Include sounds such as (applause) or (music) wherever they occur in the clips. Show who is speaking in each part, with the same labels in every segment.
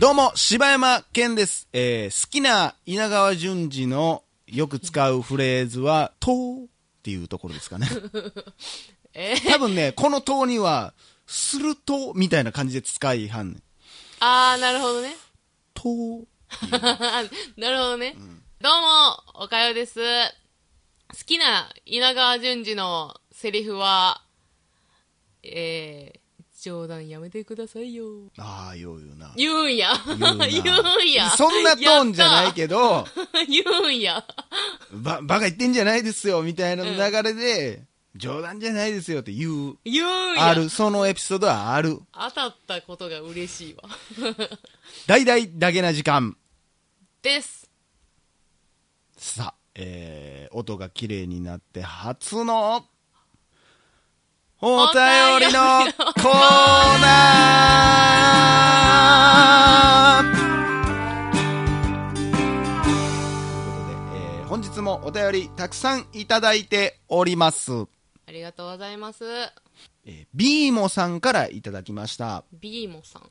Speaker 1: どうも、柴山健です。えー好きな稲川淳二のよく使うフレーズは、とうっていうところですかね。
Speaker 2: (laughs) えー、
Speaker 1: 多分ね、このとうには、すると、みたいな感じで使いはんねん。
Speaker 2: あー、なるほどね。 (laughs)
Speaker 1: とう。
Speaker 2: なるほどね。どうも、おかよです。好きな稲川淳二のセリフは、えー、冗談やめてくださいよ。
Speaker 1: ああ、よう言うな。
Speaker 2: 言うんや。 (laughs) 言
Speaker 1: うな
Speaker 2: うんや。
Speaker 1: そんなトーンじゃない
Speaker 2: ど。
Speaker 1: けど、
Speaker 2: (laughs) 言うんや。
Speaker 1: ば、バカ言ってんじゃないですよ、みたいな流れで、冗談じゃないですよって言う、
Speaker 2: 言うんや。
Speaker 1: ある、そのエピソードはある。
Speaker 2: 当たったことが嬉しいわ。 (laughs)
Speaker 1: 大々だけな時間。
Speaker 2: です。
Speaker 1: さあ、えー、音が綺麗になって初の、お便りのコーナーということで、えー本日もお便りたくさんいただいております。
Speaker 2: ありがとうございます。
Speaker 1: えー、ビーモさんからいただきました。
Speaker 2: ビーモさん。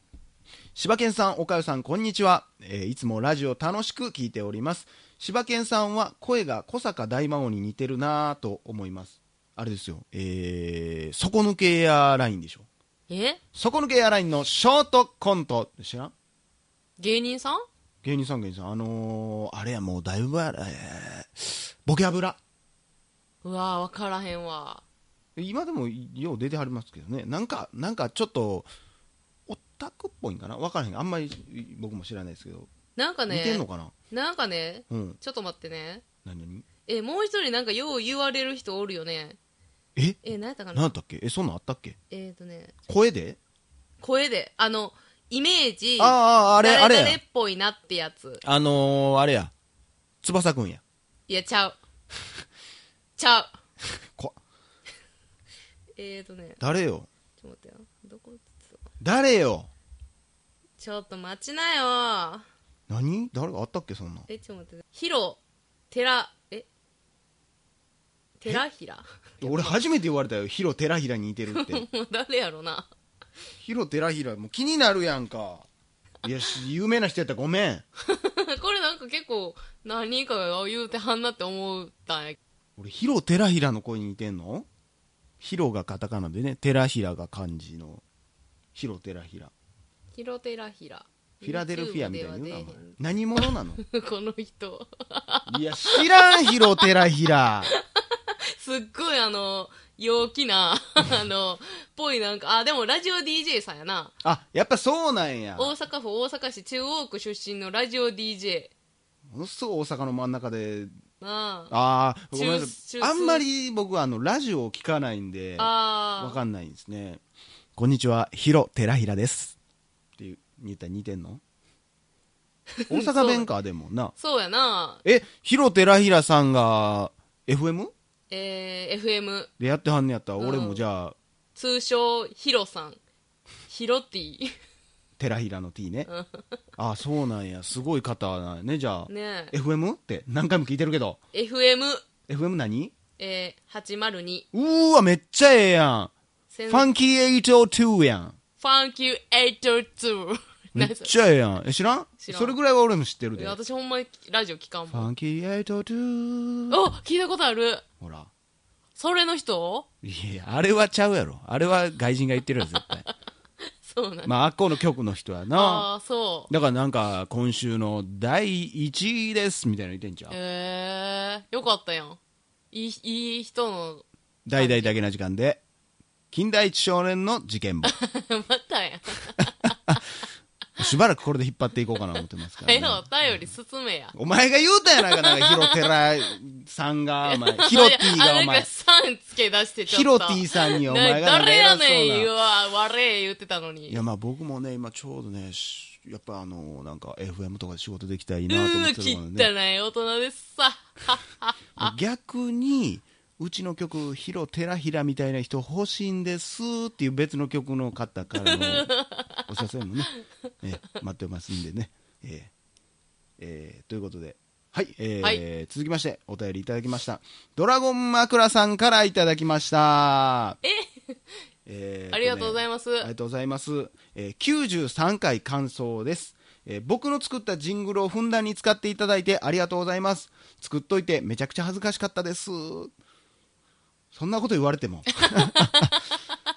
Speaker 1: 柴犬さん、おかよさん、こんにちは、えーいつもラジオ楽しく聞いております。柴犬さんは声が小坂大魔王に似てるなぁと思います。あれですよ、えー、底抜けエアラインでしょ。
Speaker 2: え
Speaker 1: 底抜けエアラインのショートコント、知らん
Speaker 2: 芸人さん
Speaker 1: 芸人さん芸人さん、あのー、あれやもうだいぶあれ、えーボキャブラ。
Speaker 2: うわー、わからへんわ。
Speaker 1: 今でもよう出てはりますけどね、なんか、なんかちょっと、オタクっぽいんかなわからへん。あんまり僕も知らないですけど、
Speaker 2: なんか
Speaker 1: 似てんの
Speaker 2: ね、
Speaker 1: かな
Speaker 2: なんかね、
Speaker 1: うん。
Speaker 2: ちょっと待ってね。
Speaker 1: 何何
Speaker 2: え、もう一人なんかよう言われる人おるよね。
Speaker 1: え
Speaker 2: え、何やった
Speaker 1: な
Speaker 2: か
Speaker 1: ん
Speaker 2: な
Speaker 1: だったっけえ、そんなんあったっけ
Speaker 2: えっ、とね、
Speaker 1: 声で
Speaker 2: 声で、あの、イメージ、
Speaker 1: ああ、あれ、あ
Speaker 2: 誰
Speaker 1: れ
Speaker 2: 々
Speaker 1: や
Speaker 2: っ。ぽいなってやつ。
Speaker 1: あのー、あれや。翼くんや。
Speaker 2: いや、ち
Speaker 1: (laughs)
Speaker 2: ゃう。ちゃう。
Speaker 1: こ
Speaker 2: (laughs) えっ、とね、
Speaker 1: 誰よ
Speaker 2: ちょっと待ってよ。どこ
Speaker 1: 誰よ
Speaker 2: ちょっと待ちなよ。
Speaker 1: 何誰があったっけそんなん。
Speaker 2: え、ちょっと待って。ヒロ、テラ、えテラヒラ
Speaker 1: 俺初めて言われたよ。ヒロ・テラヒラに似てる
Speaker 2: (laughs)
Speaker 1: って。
Speaker 2: もう (laughs) 誰やろな。
Speaker 1: ヒロ・テラヒラ、もう気になるやんか。いや、し有名な人やったらごめん。
Speaker 2: これなんか結構、何人かが言うてはんなって思ったんや。
Speaker 1: 俺、ヒロ・テラヒラの声に似てんのヒロがカタカナでね、テラヒラが漢字の。ヒロ・テラヒラ。
Speaker 2: ヒロテラヒラ。
Speaker 1: フィラデルフィアみたいに言うな、お前
Speaker 2: YouTube では出
Speaker 1: 何者なの
Speaker 2: えへんこの人。
Speaker 1: いや、知らん、ヒロ・テラヒラ。
Speaker 2: すっごいあの、陽気な、あの、ぽいなんか、あ、でもラジオ DJ さんやな。
Speaker 1: あ、やっぱそうなんや。
Speaker 2: 大阪府大阪市中央区出身のラジオ DJ。
Speaker 1: ものすごい大阪の真ん中で、
Speaker 2: な
Speaker 1: あ
Speaker 2: あ。
Speaker 1: あ、ごめんなさ
Speaker 2: 中
Speaker 1: い。
Speaker 2: 中枢
Speaker 1: あんまり僕はあのラジオを聞かないんで、わ
Speaker 2: あ
Speaker 1: かんないんですね。こんにちは、ヒロ・テラヒラです。っていう、似た似てん
Speaker 2: (laughs)
Speaker 1: の大阪弁か、でもな。
Speaker 2: そうやな。
Speaker 1: え、ヒロ・テラヒラさんが FM?
Speaker 2: えー、FM。
Speaker 1: でやってはんねやったら、
Speaker 2: うん
Speaker 1: 俺もじゃあ、
Speaker 2: 通称ヒロさんヒロティ
Speaker 1: テラヒラの T ね。ああ、そうなんや。すごい方なんやね、じゃあ。
Speaker 2: ね
Speaker 1: FM? って何回も聞いてるけど。
Speaker 2: え FM、
Speaker 1: FM 何
Speaker 2: えー、
Speaker 1: うーわ、めっちゃええやん。
Speaker 2: 802
Speaker 1: ファンキー802やん。
Speaker 2: ファンキュー802
Speaker 1: め
Speaker 2: 何
Speaker 1: っ
Speaker 2: それ
Speaker 1: ちゃええやん。え、知らん
Speaker 2: 知らん
Speaker 1: それぐらいは俺も知ってる
Speaker 2: い
Speaker 1: で。
Speaker 2: や
Speaker 1: フ
Speaker 2: 私ほんまにラジオ聞かんもん
Speaker 1: ァンキー802。
Speaker 2: お聞いたことある
Speaker 1: ほら。
Speaker 2: それの人
Speaker 1: いや、あれはちゃうやろ。あれは外人が言ってるやろ、絶
Speaker 2: (laughs)
Speaker 1: 対。
Speaker 2: そうなん
Speaker 1: まあ、あっこの曲の人やな。
Speaker 2: ああーそう
Speaker 1: だからなんか、今週の第1位です、みたいなの言ってんじゃん。
Speaker 2: えー、よかったやんいいいい人の (laughs)
Speaker 1: 大々だけな時間で。近代一少年の事
Speaker 2: (laughs)
Speaker 1: 件簿。
Speaker 2: またやん
Speaker 1: しばらくこれで引っ張っていこうかな思ってますから、
Speaker 2: 早
Speaker 1: ね
Speaker 2: う。お便り進めや
Speaker 1: お前が言うたやないか、なんか、ヒロテラさんが、
Speaker 2: (laughs)
Speaker 1: お前、ヒロティがお
Speaker 2: あれ
Speaker 1: 前
Speaker 2: が、さんつけ出してちょっと
Speaker 1: ヒロティさんにお前がなんか
Speaker 2: 誰や
Speaker 1: 偉そうな。
Speaker 2: ねん言うわ悪い言ってたのに
Speaker 1: いやまあ僕もね今ちょうどねしやっぱあのなんか FM とかで仕事できたらいいうなと思っ
Speaker 2: ー
Speaker 1: てた
Speaker 2: 切
Speaker 1: の
Speaker 2: っ
Speaker 1: で、
Speaker 2: た
Speaker 1: ね、
Speaker 2: ない大人ですさ
Speaker 1: もう逆にうちの曲「ヒロテラヒラ」みたいな人欲しいんですっていう別の曲の方からのお誘いもね、 (laughs) ええ待ってますんでね、ええええということではい、ええ
Speaker 2: は
Speaker 1: 続きましてお便りいただきましたドラゴン枕さんからいただきました
Speaker 2: え
Speaker 1: ええ
Speaker 2: あありがとうございます
Speaker 1: ありがとうございます。えー、93回感想です。えー僕の作ったジングルをふんだんに使っていただいてありがとうございます。作っといてめちゃくちゃ恥ずかしかったです。そんなこと言われ
Speaker 2: (laughs)
Speaker 1: ても。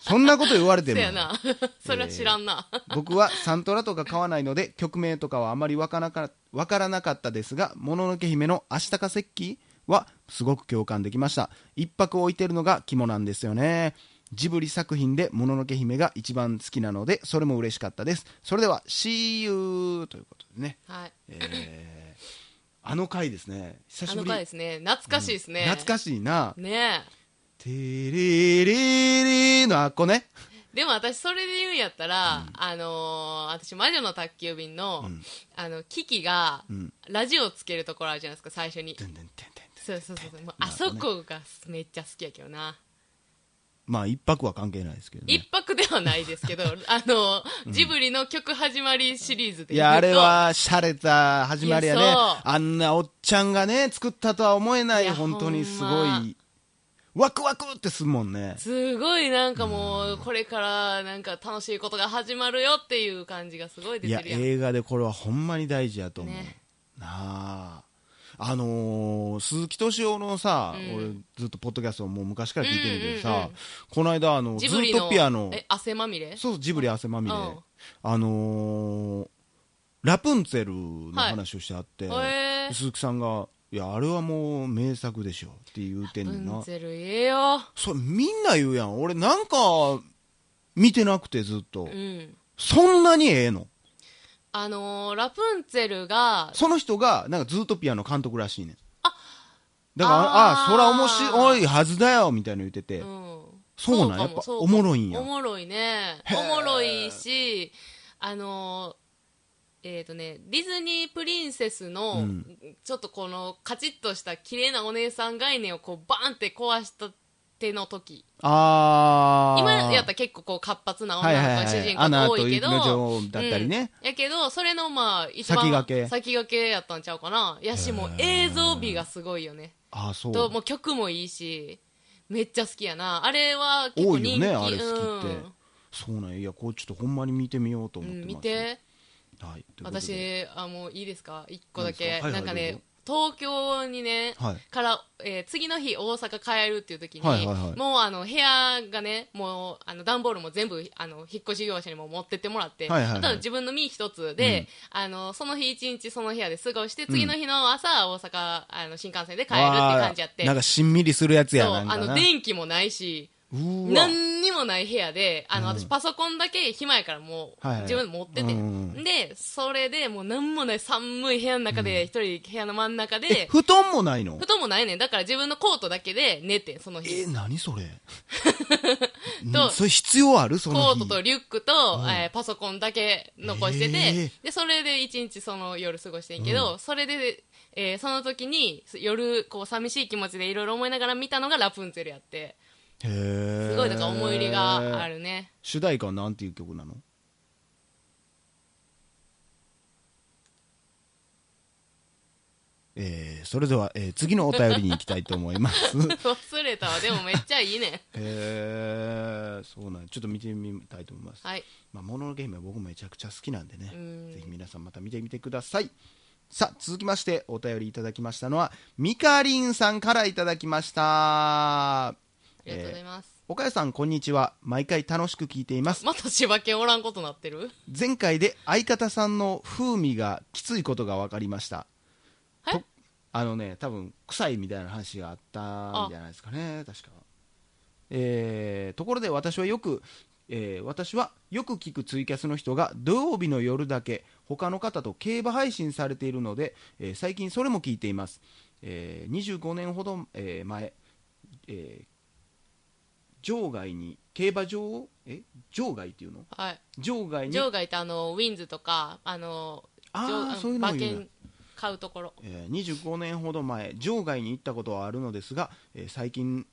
Speaker 1: そんなこと言われて
Speaker 2: そ
Speaker 1: も。
Speaker 2: やな。 (laughs) それは知らんな。
Speaker 1: 僕はサントラとか買わないので曲名とかはあまりわからなかわからなかったですが「もののけ姫の明日か石器」はすごく共感できました一泊置いてるのが肝なんですよねジブリ作品で「もののけ姫」が一番好きなのでそれも嬉しかったですそれでは「See you」ということでね、
Speaker 2: はい。
Speaker 1: えーあの回ですね久
Speaker 2: あ
Speaker 1: しぶ
Speaker 2: の
Speaker 1: り
Speaker 2: 回ですね。懐かしいですね。
Speaker 1: 懐かしいな
Speaker 2: ね
Speaker 1: 「てれれれ」のあっこね
Speaker 2: え。でも私、それで言うんやったら、あのー私、魔女の宅急便の、
Speaker 1: うん
Speaker 2: あの、キキが、
Speaker 1: うん
Speaker 2: ラジオをつけるところあるじゃないですか、最初に
Speaker 1: て。んてんてんてんてん
Speaker 2: そうそうそうそう。もうあそこがめっちゃ好きやけどな。
Speaker 1: まあ一泊は関係ないですけどね
Speaker 2: 一泊ではないですけど、あの、ジブリの曲始まりシリーズで
Speaker 1: い
Speaker 2: 言う
Speaker 1: や、
Speaker 2: と
Speaker 1: あれ、は、洒落た始まりやね
Speaker 2: いやそう。
Speaker 1: あんなおっちゃんがね、作ったとは思えない
Speaker 2: い、や
Speaker 1: 本当にすご
Speaker 2: ほんま
Speaker 1: い。ワクワクってすんもんね。
Speaker 2: すごいなんかもう、これからなんか楽しいことが始まるよっていう感じがすごい出
Speaker 1: いや
Speaker 2: て、るやん。
Speaker 1: 映画でこれはほんまに大事やと思う。
Speaker 2: ね
Speaker 1: なあ。あのー鈴木敏夫のさ、
Speaker 2: うん
Speaker 1: 俺ずっとポッドキャストをもう昔から聞いてるけどさ、
Speaker 2: うんうんうんうん
Speaker 1: この間あの、ズ
Speaker 2: ジブリ
Speaker 1: ー
Speaker 2: の、
Speaker 1: トピアの、
Speaker 2: え、汗まみれ
Speaker 1: そう、ジブリ汗まみれ、
Speaker 2: うん
Speaker 1: あのーラプンツェルの話をしてあって、
Speaker 2: はいへー
Speaker 1: 鈴木さんが、いや、あれはもう名作でしょって言うてんねん
Speaker 2: ブン
Speaker 1: な。
Speaker 2: ゼル言えよ。
Speaker 1: それみんな言うやん。俺なんか、見てなくてずっと。
Speaker 2: うん。
Speaker 1: そんなにええの
Speaker 2: あのー、ラプンツェルが、
Speaker 1: その人が、なんかズートピアの監督らしいねん。だから、ああ
Speaker 2: あー
Speaker 1: そら面白いはずだよみたいなの言ってて、
Speaker 2: うん。
Speaker 1: そうなん
Speaker 2: か
Speaker 1: や
Speaker 2: も
Speaker 1: っぱ
Speaker 2: そうか
Speaker 1: おもろいんや
Speaker 2: お。もろいね。
Speaker 1: へー
Speaker 2: おもろいし、あのー、えっ、とね、ディズニープリンセスの、
Speaker 1: うん
Speaker 2: ちょっとこのカチッとした綺麗なお姉さん概念をこうバーンって壊した手の時
Speaker 1: ああ。
Speaker 2: 今やったら結構こう活発な女の子が主人公が多いけど、
Speaker 1: アナと雪の女王だったりね
Speaker 2: うんやけどそれのまあ一番
Speaker 1: 先駆け
Speaker 2: 先駆けやったんちゃうかなやしもう映像美がすごいよね
Speaker 1: ああ、そう。
Speaker 2: ともう曲もいいしめっちゃ好きやなあれは結
Speaker 1: 多
Speaker 2: 構
Speaker 1: いよ
Speaker 2: 人気
Speaker 1: ね、あれ好きって。
Speaker 2: うん
Speaker 1: そうなんや。いや、こうちょっとほんまに見てみようと思って
Speaker 2: う
Speaker 1: ま
Speaker 2: ん、
Speaker 1: す。
Speaker 2: 見て
Speaker 1: はい。ということで。
Speaker 2: 私あもういいですか一個だけ
Speaker 1: 何ですかはいはい
Speaker 2: なん
Speaker 1: どう
Speaker 2: かね東京にね、
Speaker 1: はい
Speaker 2: から、えー次の日大阪帰るっていう時に、
Speaker 1: はいはいはい
Speaker 2: もうあの部屋がねもうあの段ボールも全部あの引っ越し業者にも持ってってもらって、
Speaker 1: はいはいはい
Speaker 2: あとは自分の身一つで、あのその日一日その部屋で過ごして次の日の朝、大阪あの新幹線で帰るって感じやっ
Speaker 1: わ
Speaker 2: て
Speaker 1: あなんかしんみりするやつや
Speaker 2: そう
Speaker 1: なんか
Speaker 2: あ
Speaker 1: な。
Speaker 2: の電気もないし
Speaker 1: うーわ。
Speaker 2: 何にもない部屋で、あの、私パソコンだけ暇やからもう、
Speaker 1: はいはい
Speaker 2: 自分で持ってて、
Speaker 1: うんうん
Speaker 2: で、それでもう何もない寒い部屋の中で、一、人部屋の真ん中
Speaker 1: え、
Speaker 2: で、
Speaker 1: 布団もないの
Speaker 2: 布団もないねん。だから自分のコートだけで寝てん、その
Speaker 1: え
Speaker 2: 日。
Speaker 1: ー、何
Speaker 2: (laughs)
Speaker 1: それ
Speaker 2: と
Speaker 1: んそれ必要あるそ
Speaker 2: コ
Speaker 1: の
Speaker 2: ー
Speaker 1: 日
Speaker 2: トとリュックと、えーパソコンだけ残してて、
Speaker 1: え
Speaker 2: で、それで一日その夜過ごしてんけど、それで、えーその時に夜、こう寂しい気持ちでいろいろ思いながら見たのがラプンツェルやって、
Speaker 1: へー
Speaker 2: すごいだから思い入れがあるね。
Speaker 1: 主題歌はなんていう曲なのえー、それでは、えー次のお便りに行きたいと思います
Speaker 2: (laughs) 忘れたわ。でもめっちゃいいねん。
Speaker 1: へーそうなんやちょっと見てみたいと思います、
Speaker 2: はい。
Speaker 1: まあ、もののけ姫は僕めちゃくちゃ好きなんでね
Speaker 2: うん
Speaker 1: ぜひ皆さんまた見てみてくださいさあ続きましてお便りいただきましたのはみかりんさんからいただきました
Speaker 2: ありがとうございます。
Speaker 1: 岡谷さんこんにちは毎回楽しく聞いています
Speaker 2: また柴犬おらんことなってる
Speaker 1: 前回で相方さんの風味がきついことが分かりました
Speaker 2: え
Speaker 1: とあのね多分臭いみたいな話があったんじゃないですかね確かえーところで私はよく、えー私はよく聞くツイキャスの人が土曜日の夜だけ他の方と競馬配信されているので、えー最近それも聞いています、えー25年ほど、えー前、えー場外に競馬場をえ場外っていうの
Speaker 2: はい。
Speaker 1: 場外に
Speaker 2: 場外ってあの、ウィンズとか、あの、
Speaker 1: あ
Speaker 2: 場
Speaker 1: あそういうのも
Speaker 2: 馬
Speaker 1: 言うんだ
Speaker 2: 券買うところ。
Speaker 1: えー25年ほど前場外に行ったことはあるのですが、えー最近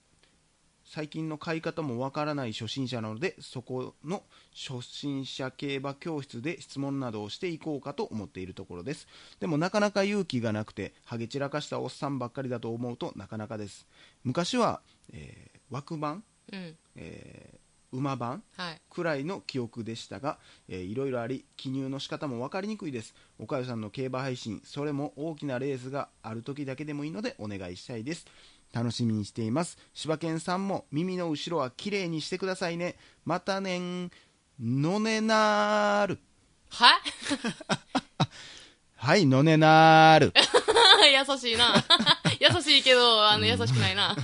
Speaker 1: 最近の買い方もわからない初心者なのでそこの初心者競馬教室で質問などをしていこうかと思っているところですでもなかなか勇気がなくてハゲ散らかしたおっさんばっかりだと思うとなかなかです昔は、えー枠番
Speaker 2: うん。
Speaker 1: えー馬番
Speaker 2: はい。
Speaker 1: くらいの記憶でしたが、えーいろいろあり記入の仕方も分かりにくいですおかゆさんの競馬配信それも大きなレースがある時だけでもいいのでお願いしたいです楽しみにしています柴犬さんも耳の後ろは綺麗にしてくださいねまたねんのねなーる
Speaker 2: は
Speaker 1: はいのねなーる
Speaker 2: い (laughs) 優しいな。 (laughs) 優しいけど、あの、優しくな
Speaker 1: (laughs)
Speaker 2: いな。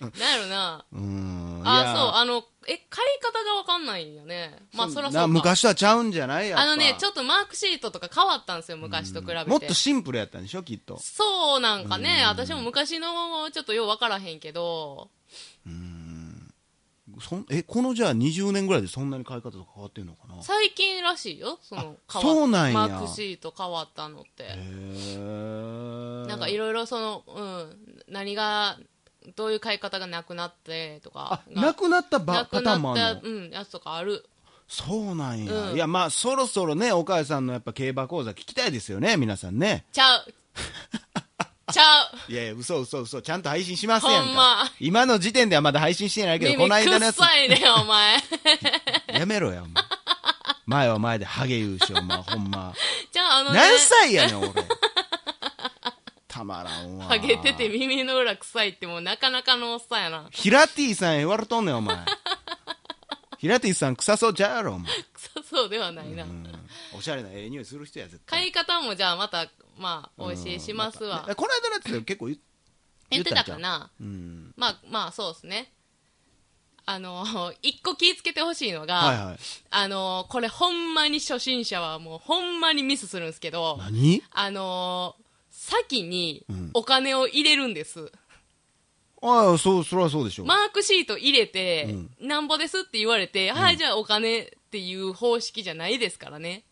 Speaker 2: なんやろな。
Speaker 1: うーんいや
Speaker 2: あ、そう、あの、え、買い方がわかんないよね。まあ、そらそう
Speaker 1: な
Speaker 2: か。
Speaker 1: 昔とはちゃうんじゃないやっぱ
Speaker 2: あのね、ちょっとマークシートとか変わったんですよ、昔と比べて。
Speaker 1: もっとシンプルやったんでしょきっと
Speaker 2: そうなんかね、私も昔のちょっとようわからへんけど、
Speaker 1: そんえこのじゃあ20年ぐらいでそんなに買い方とか変わってんのかな
Speaker 2: 最近らしいよ、その、
Speaker 1: あ
Speaker 2: 変わっ
Speaker 1: そうなんや
Speaker 2: マークシート変わったのって。
Speaker 1: へ
Speaker 2: なんかいろいろその、うん、何が、どういう買い方がなくなってとか
Speaker 1: あ
Speaker 2: が。
Speaker 1: なくなったば
Speaker 2: な
Speaker 1: パ
Speaker 2: く
Speaker 1: ター
Speaker 2: な
Speaker 1: ンも
Speaker 2: っ
Speaker 1: あ
Speaker 2: た
Speaker 1: んの
Speaker 2: うん、やつとかある。
Speaker 1: そうなんや、
Speaker 2: うん
Speaker 1: いやまあそろそろね岡谷さんのやっぱ競馬講座聞きたいですよね皆さんね
Speaker 2: ち
Speaker 1: (laughs)
Speaker 2: ゃう。ちゃう。
Speaker 1: いやいや嘘嘘嘘ちゃんと配信しますやんか
Speaker 2: ほんま
Speaker 1: 今の時点ではまだ配信してないけど
Speaker 2: 耳
Speaker 1: この間の
Speaker 2: くっ
Speaker 1: やつ
Speaker 2: さいね、お前。 (laughs)
Speaker 1: やめろやお前前は前でハゲ言うしお
Speaker 2: (laughs)
Speaker 1: 前ほんま
Speaker 2: じゃあ、あのね、
Speaker 1: 何歳やねん俺たまらんわ
Speaker 2: ハゲてて耳の裏臭いってもうなかなかのおっさんやな。
Speaker 1: ヒラティさん言われとんねんお前ヒラティさん臭そうじゃうやろお前
Speaker 2: 臭そうではないな。
Speaker 1: おしゃれなええ匂いする人や絶対
Speaker 2: 買い方もじゃあまた、まあ、お教えしますわ。
Speaker 1: この間のやつで結構言っ
Speaker 2: 言ってたか
Speaker 1: 言ったん
Speaker 2: な
Speaker 1: ちゃううん
Speaker 2: まあ、まあ、そうですね。あの、 (laughs) 一個気ぃつけてほしいのが、
Speaker 1: はいはい
Speaker 2: あの、これほんまに初心者はもうほんまにミスするんですけど、
Speaker 1: 何
Speaker 2: あの、先に
Speaker 1: うん
Speaker 2: お金を入れるんです。
Speaker 1: ああそうそれはそうでしょう、
Speaker 2: マークシート入れて、
Speaker 1: うん
Speaker 2: なんぼですって言われて、はい、じゃあお金っていう方式じゃないですからね。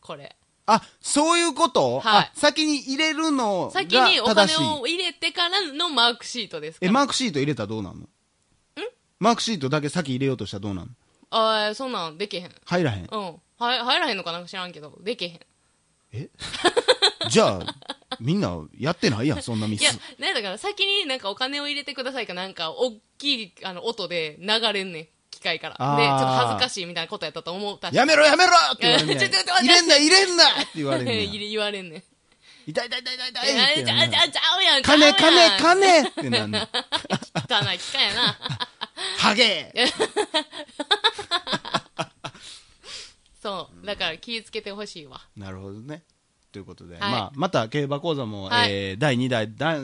Speaker 2: これ。
Speaker 1: あそういうこと、
Speaker 2: はい
Speaker 1: あ先に入れるのが
Speaker 2: 先にお
Speaker 1: 正
Speaker 2: 金
Speaker 1: しい
Speaker 2: を入れてからのマークシートですか
Speaker 1: え
Speaker 2: ら。
Speaker 1: マークシート入れたらどうなんのマークシートだけ先入れようとしたらどうなんの
Speaker 2: ああ、そんなんでけへん。
Speaker 1: 入らへん
Speaker 2: うん。は入らへんのかなんか知らんけど、でけへん。
Speaker 1: えじゃあみんなやってないやんそんなミ
Speaker 2: いや
Speaker 1: ス、
Speaker 2: なんだから先になんかお金を入れてくださいかなんか、大きいあの音で流れんねん、機械から。
Speaker 1: あー
Speaker 2: で、ちょっと恥ずかしいみたいなことやったと思う。確か
Speaker 1: やめろやめろって言われんねん
Speaker 2: いやちょっと
Speaker 1: 入
Speaker 2: 待って
Speaker 1: れんな入れんなって言われんねん
Speaker 2: 入れ言われんねん。
Speaker 1: 痛い痛い痛い痛い
Speaker 2: え
Speaker 1: 痛いって
Speaker 2: ち
Speaker 1: 言
Speaker 2: ゃ
Speaker 1: われん
Speaker 2: あ
Speaker 1: ね
Speaker 2: ち
Speaker 1: ん
Speaker 2: ゃあちゃうやん。ちゃう
Speaker 1: 金
Speaker 2: やん
Speaker 1: 金金ってなんねん
Speaker 2: 汚い機械やな。 (laughs)
Speaker 1: ハゲ
Speaker 2: そう。だから気ぃつけてほしいわ。
Speaker 1: なるほどね。ということで、
Speaker 2: い
Speaker 1: まあ、また競馬講座も、
Speaker 2: はい
Speaker 1: えー第2弾、第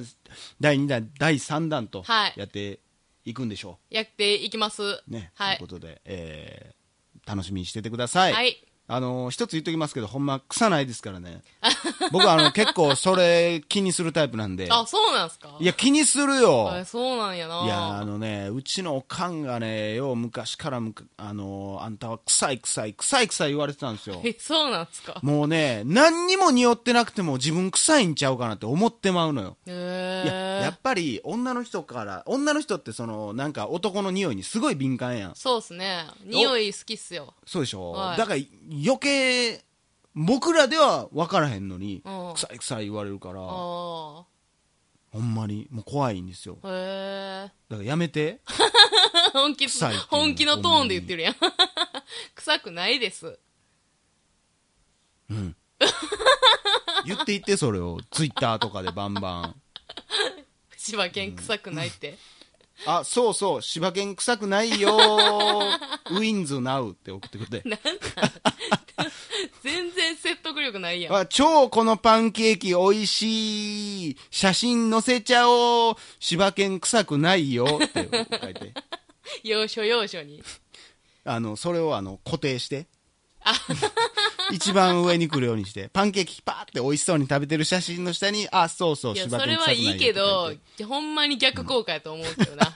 Speaker 1: 第2弾、第3弾と
Speaker 2: はい
Speaker 1: やっていくんでしょ
Speaker 2: やっていきます。
Speaker 1: う。ね。
Speaker 2: はい
Speaker 1: という。ことで、えー楽しみにしててください。
Speaker 2: はい
Speaker 1: あのー一つ言っときますけど、ほんま、草ないですから
Speaker 2: (laughs)
Speaker 1: ね。僕はあの結構それ気にするタイプなんで。
Speaker 2: あ、そうなんすか
Speaker 1: いや、気にするよ。
Speaker 2: あそうなんやな。
Speaker 1: いやあのねうちのおかんがねよう昔からむかあのーあんたは臭い臭い臭い臭い言われてたんですよ
Speaker 2: え、そうなんすか
Speaker 1: もうね、何にも匂ってなくても自分臭いんちゃうかなって思ってまうのよ。
Speaker 2: へ
Speaker 1: いや、や
Speaker 2: え
Speaker 1: っ。ぱり女の人から、女の人ってその、なんか男の匂いにすごい敏感やん。
Speaker 2: そうっすね。匂い好きっすよ。
Speaker 1: そうでしょ、
Speaker 2: はい
Speaker 1: だから余計、僕らでは分からへんのに
Speaker 2: うん、
Speaker 1: 臭い臭い言われるから、ほ
Speaker 2: あ
Speaker 1: んまに、もう怖いんですよ。
Speaker 2: あ。へえ。
Speaker 1: だからやめて。
Speaker 2: (laughs) 本気
Speaker 1: 臭いっていうの
Speaker 2: 本気のトーンで言ってるやん (laughs) 臭くないです
Speaker 1: うん。言って言って、それを。ツイッターとかでバンバン。
Speaker 2: 柴犬臭くな
Speaker 1: (laughs)
Speaker 2: いって、
Speaker 1: あ、そうそう、柴犬臭くないよ
Speaker 2: (laughs)
Speaker 1: ー。ウィンズナウって送ってくれて。
Speaker 2: 全然説得力ないやん
Speaker 1: あ超このパンケーキ美味しい写真載せちゃおう柴犬臭くないよって書い
Speaker 2: (laughs)
Speaker 1: て
Speaker 2: 要所要所に
Speaker 1: あのそれをあの固定して
Speaker 2: あ
Speaker 1: (laughs) 一番上に来るようにしてパンケーキパーって美味しそうに食べてる写真の下にあそうそう
Speaker 2: いや
Speaker 1: 柴
Speaker 2: そ
Speaker 1: 犬臭くな
Speaker 2: れ
Speaker 1: いよ
Speaker 2: は
Speaker 1: って書
Speaker 2: い
Speaker 1: い
Speaker 2: い
Speaker 1: て
Speaker 2: けどほんまに逆効果やと思うけ
Speaker 1: (laughs)
Speaker 2: どな、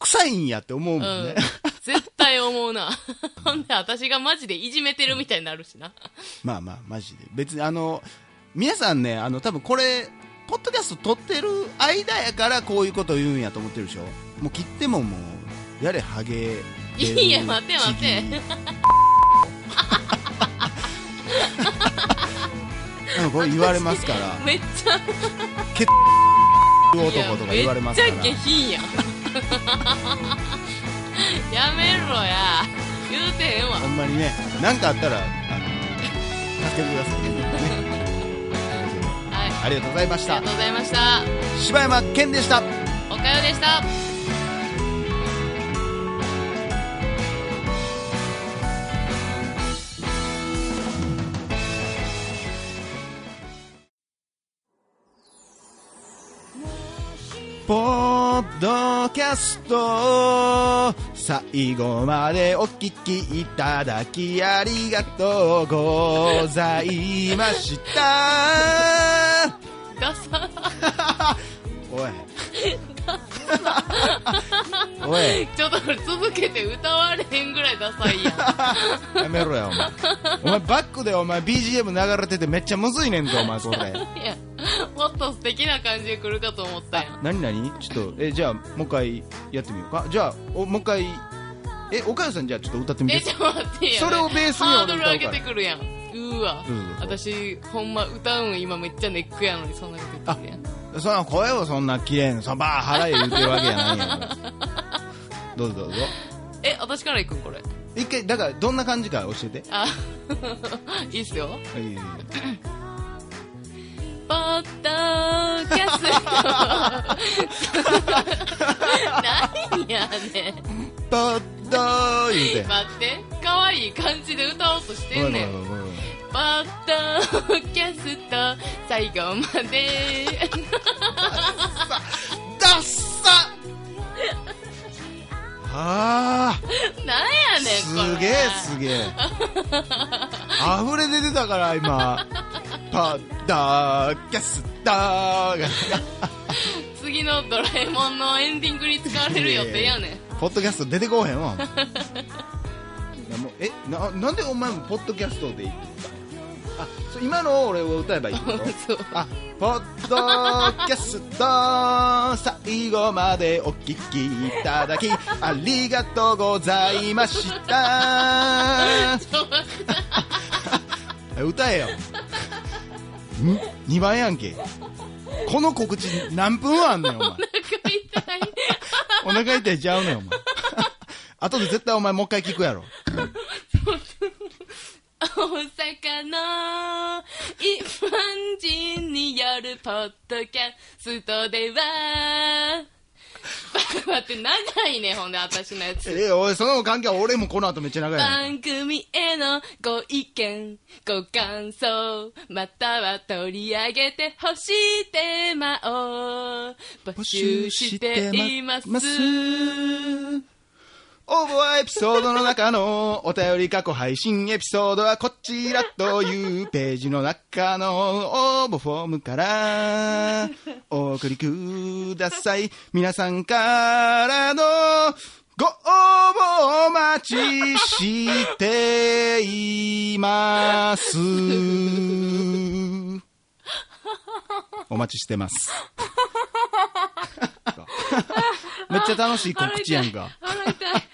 Speaker 1: 臭いんやって思うもん
Speaker 2: う
Speaker 1: ね、
Speaker 2: ん絶対思うな (laughs) ほんで私がマジでいじめてるみたいになるしな
Speaker 1: まあまあマジで別にあの皆さんねあの多分これポッドキャスト撮ってる間やからこういうこと言うんやと思ってるでしょもう切ってももうやれハゲ出る
Speaker 2: いや待て待て
Speaker 1: 時期なんかこれ言われますから
Speaker 2: (laughs) めっちゃ
Speaker 1: 男とか言われますか
Speaker 2: いやめっ
Speaker 1: ら
Speaker 2: ちゃ下 (laughs) 品やんやめろろや。言うてへんわ。
Speaker 1: ほんまにね、なんかあったら、あの、助けてくださいね。ね
Speaker 2: はい。
Speaker 1: ありがとうございまし
Speaker 2: あ
Speaker 1: た
Speaker 2: りがと。うございました。
Speaker 1: 柴山健でした。
Speaker 2: おかよでした。
Speaker 1: ポッドキャスト最後までお聞きいただきありがとうございました
Speaker 2: ダサ。
Speaker 1: (laughs) おいおい
Speaker 2: ちょっとこれ続けて歌われへんぐらいダサいやん。 (laughs)
Speaker 1: やめろよお前お前バックでお前 BGM 流れててめっちゃむずいねんぞお前それ
Speaker 2: いや、もっと素敵な感じで来るかと思ったやん。
Speaker 1: 何何ちょっとえじゃあもう一回やってみようかじゃあおもう一回え岡谷さんじゃあちょっと歌ってみて
Speaker 2: え、ちょっと待ってや。
Speaker 1: それをベースに
Speaker 2: ハ
Speaker 1: 俺
Speaker 2: ードル上げてくるやん。うーわ
Speaker 1: どうぞどうぞ。
Speaker 2: 私、ほんま歌うん今めっちゃネックやのにそんなこと言ってるやん。
Speaker 1: その声をそんな綺麗にさばー腹へ言ってるわけやないやんからどうぞどうぞ
Speaker 2: え、私から行くんこれ。
Speaker 1: 一回だからどんな感じか教えて
Speaker 2: あ、 (laughs) いいっすよ。
Speaker 1: いいいい
Speaker 2: ポッドキャス (laughs) ト。何やねん。
Speaker 1: ポッドー言うて
Speaker 2: 待って。可愛い感じで歌おうとしてんねん。
Speaker 1: ごめんごめんごめん
Speaker 2: ポッドキャスト、最後まで。 (laughs)
Speaker 1: ダッサはあ
Speaker 2: なんやねんこれ
Speaker 1: すげえすげえ (laughs) 溢れ出てたから今パッダーキャスターが
Speaker 2: 次のドラえもんのエンディングに使われる予定やねん
Speaker 1: ポッドキャスト出てこうへんわいやもうえななんでお前もポッドキャストでいいって言ったのあそう今のを俺を歌えばいいってこと
Speaker 2: そう
Speaker 1: あポッドキャスト最後までお聞きいただきありがとうございました
Speaker 2: ちょっと待って
Speaker 1: 歌えよん2番やんけこの告知何分あんねんお前
Speaker 2: お腹痛い
Speaker 1: (laughs) お腹痛いちゃうねんお (laughs) 前後で絶対お前もう一回聞くやろ
Speaker 2: 大阪の一般人によるポッドキャストでは待って長いねほんで私のやつ
Speaker 1: ええおい、その関係は俺もこの後めっちゃ長いやん
Speaker 2: 番組へのご意見、ご感想、または取り上げてほしいテーマを募集しています。
Speaker 1: 応募はエピソードの中のお便り過去配信エピソードはこちらというページの中の応募フォーム
Speaker 2: (laughs)
Speaker 1: からお送りください。皆さんからのご応募お待ちしています。お待ちしてます。めっちゃ楽しい告知やんか。
Speaker 2: (laughs) 腹痛い。 (laughs)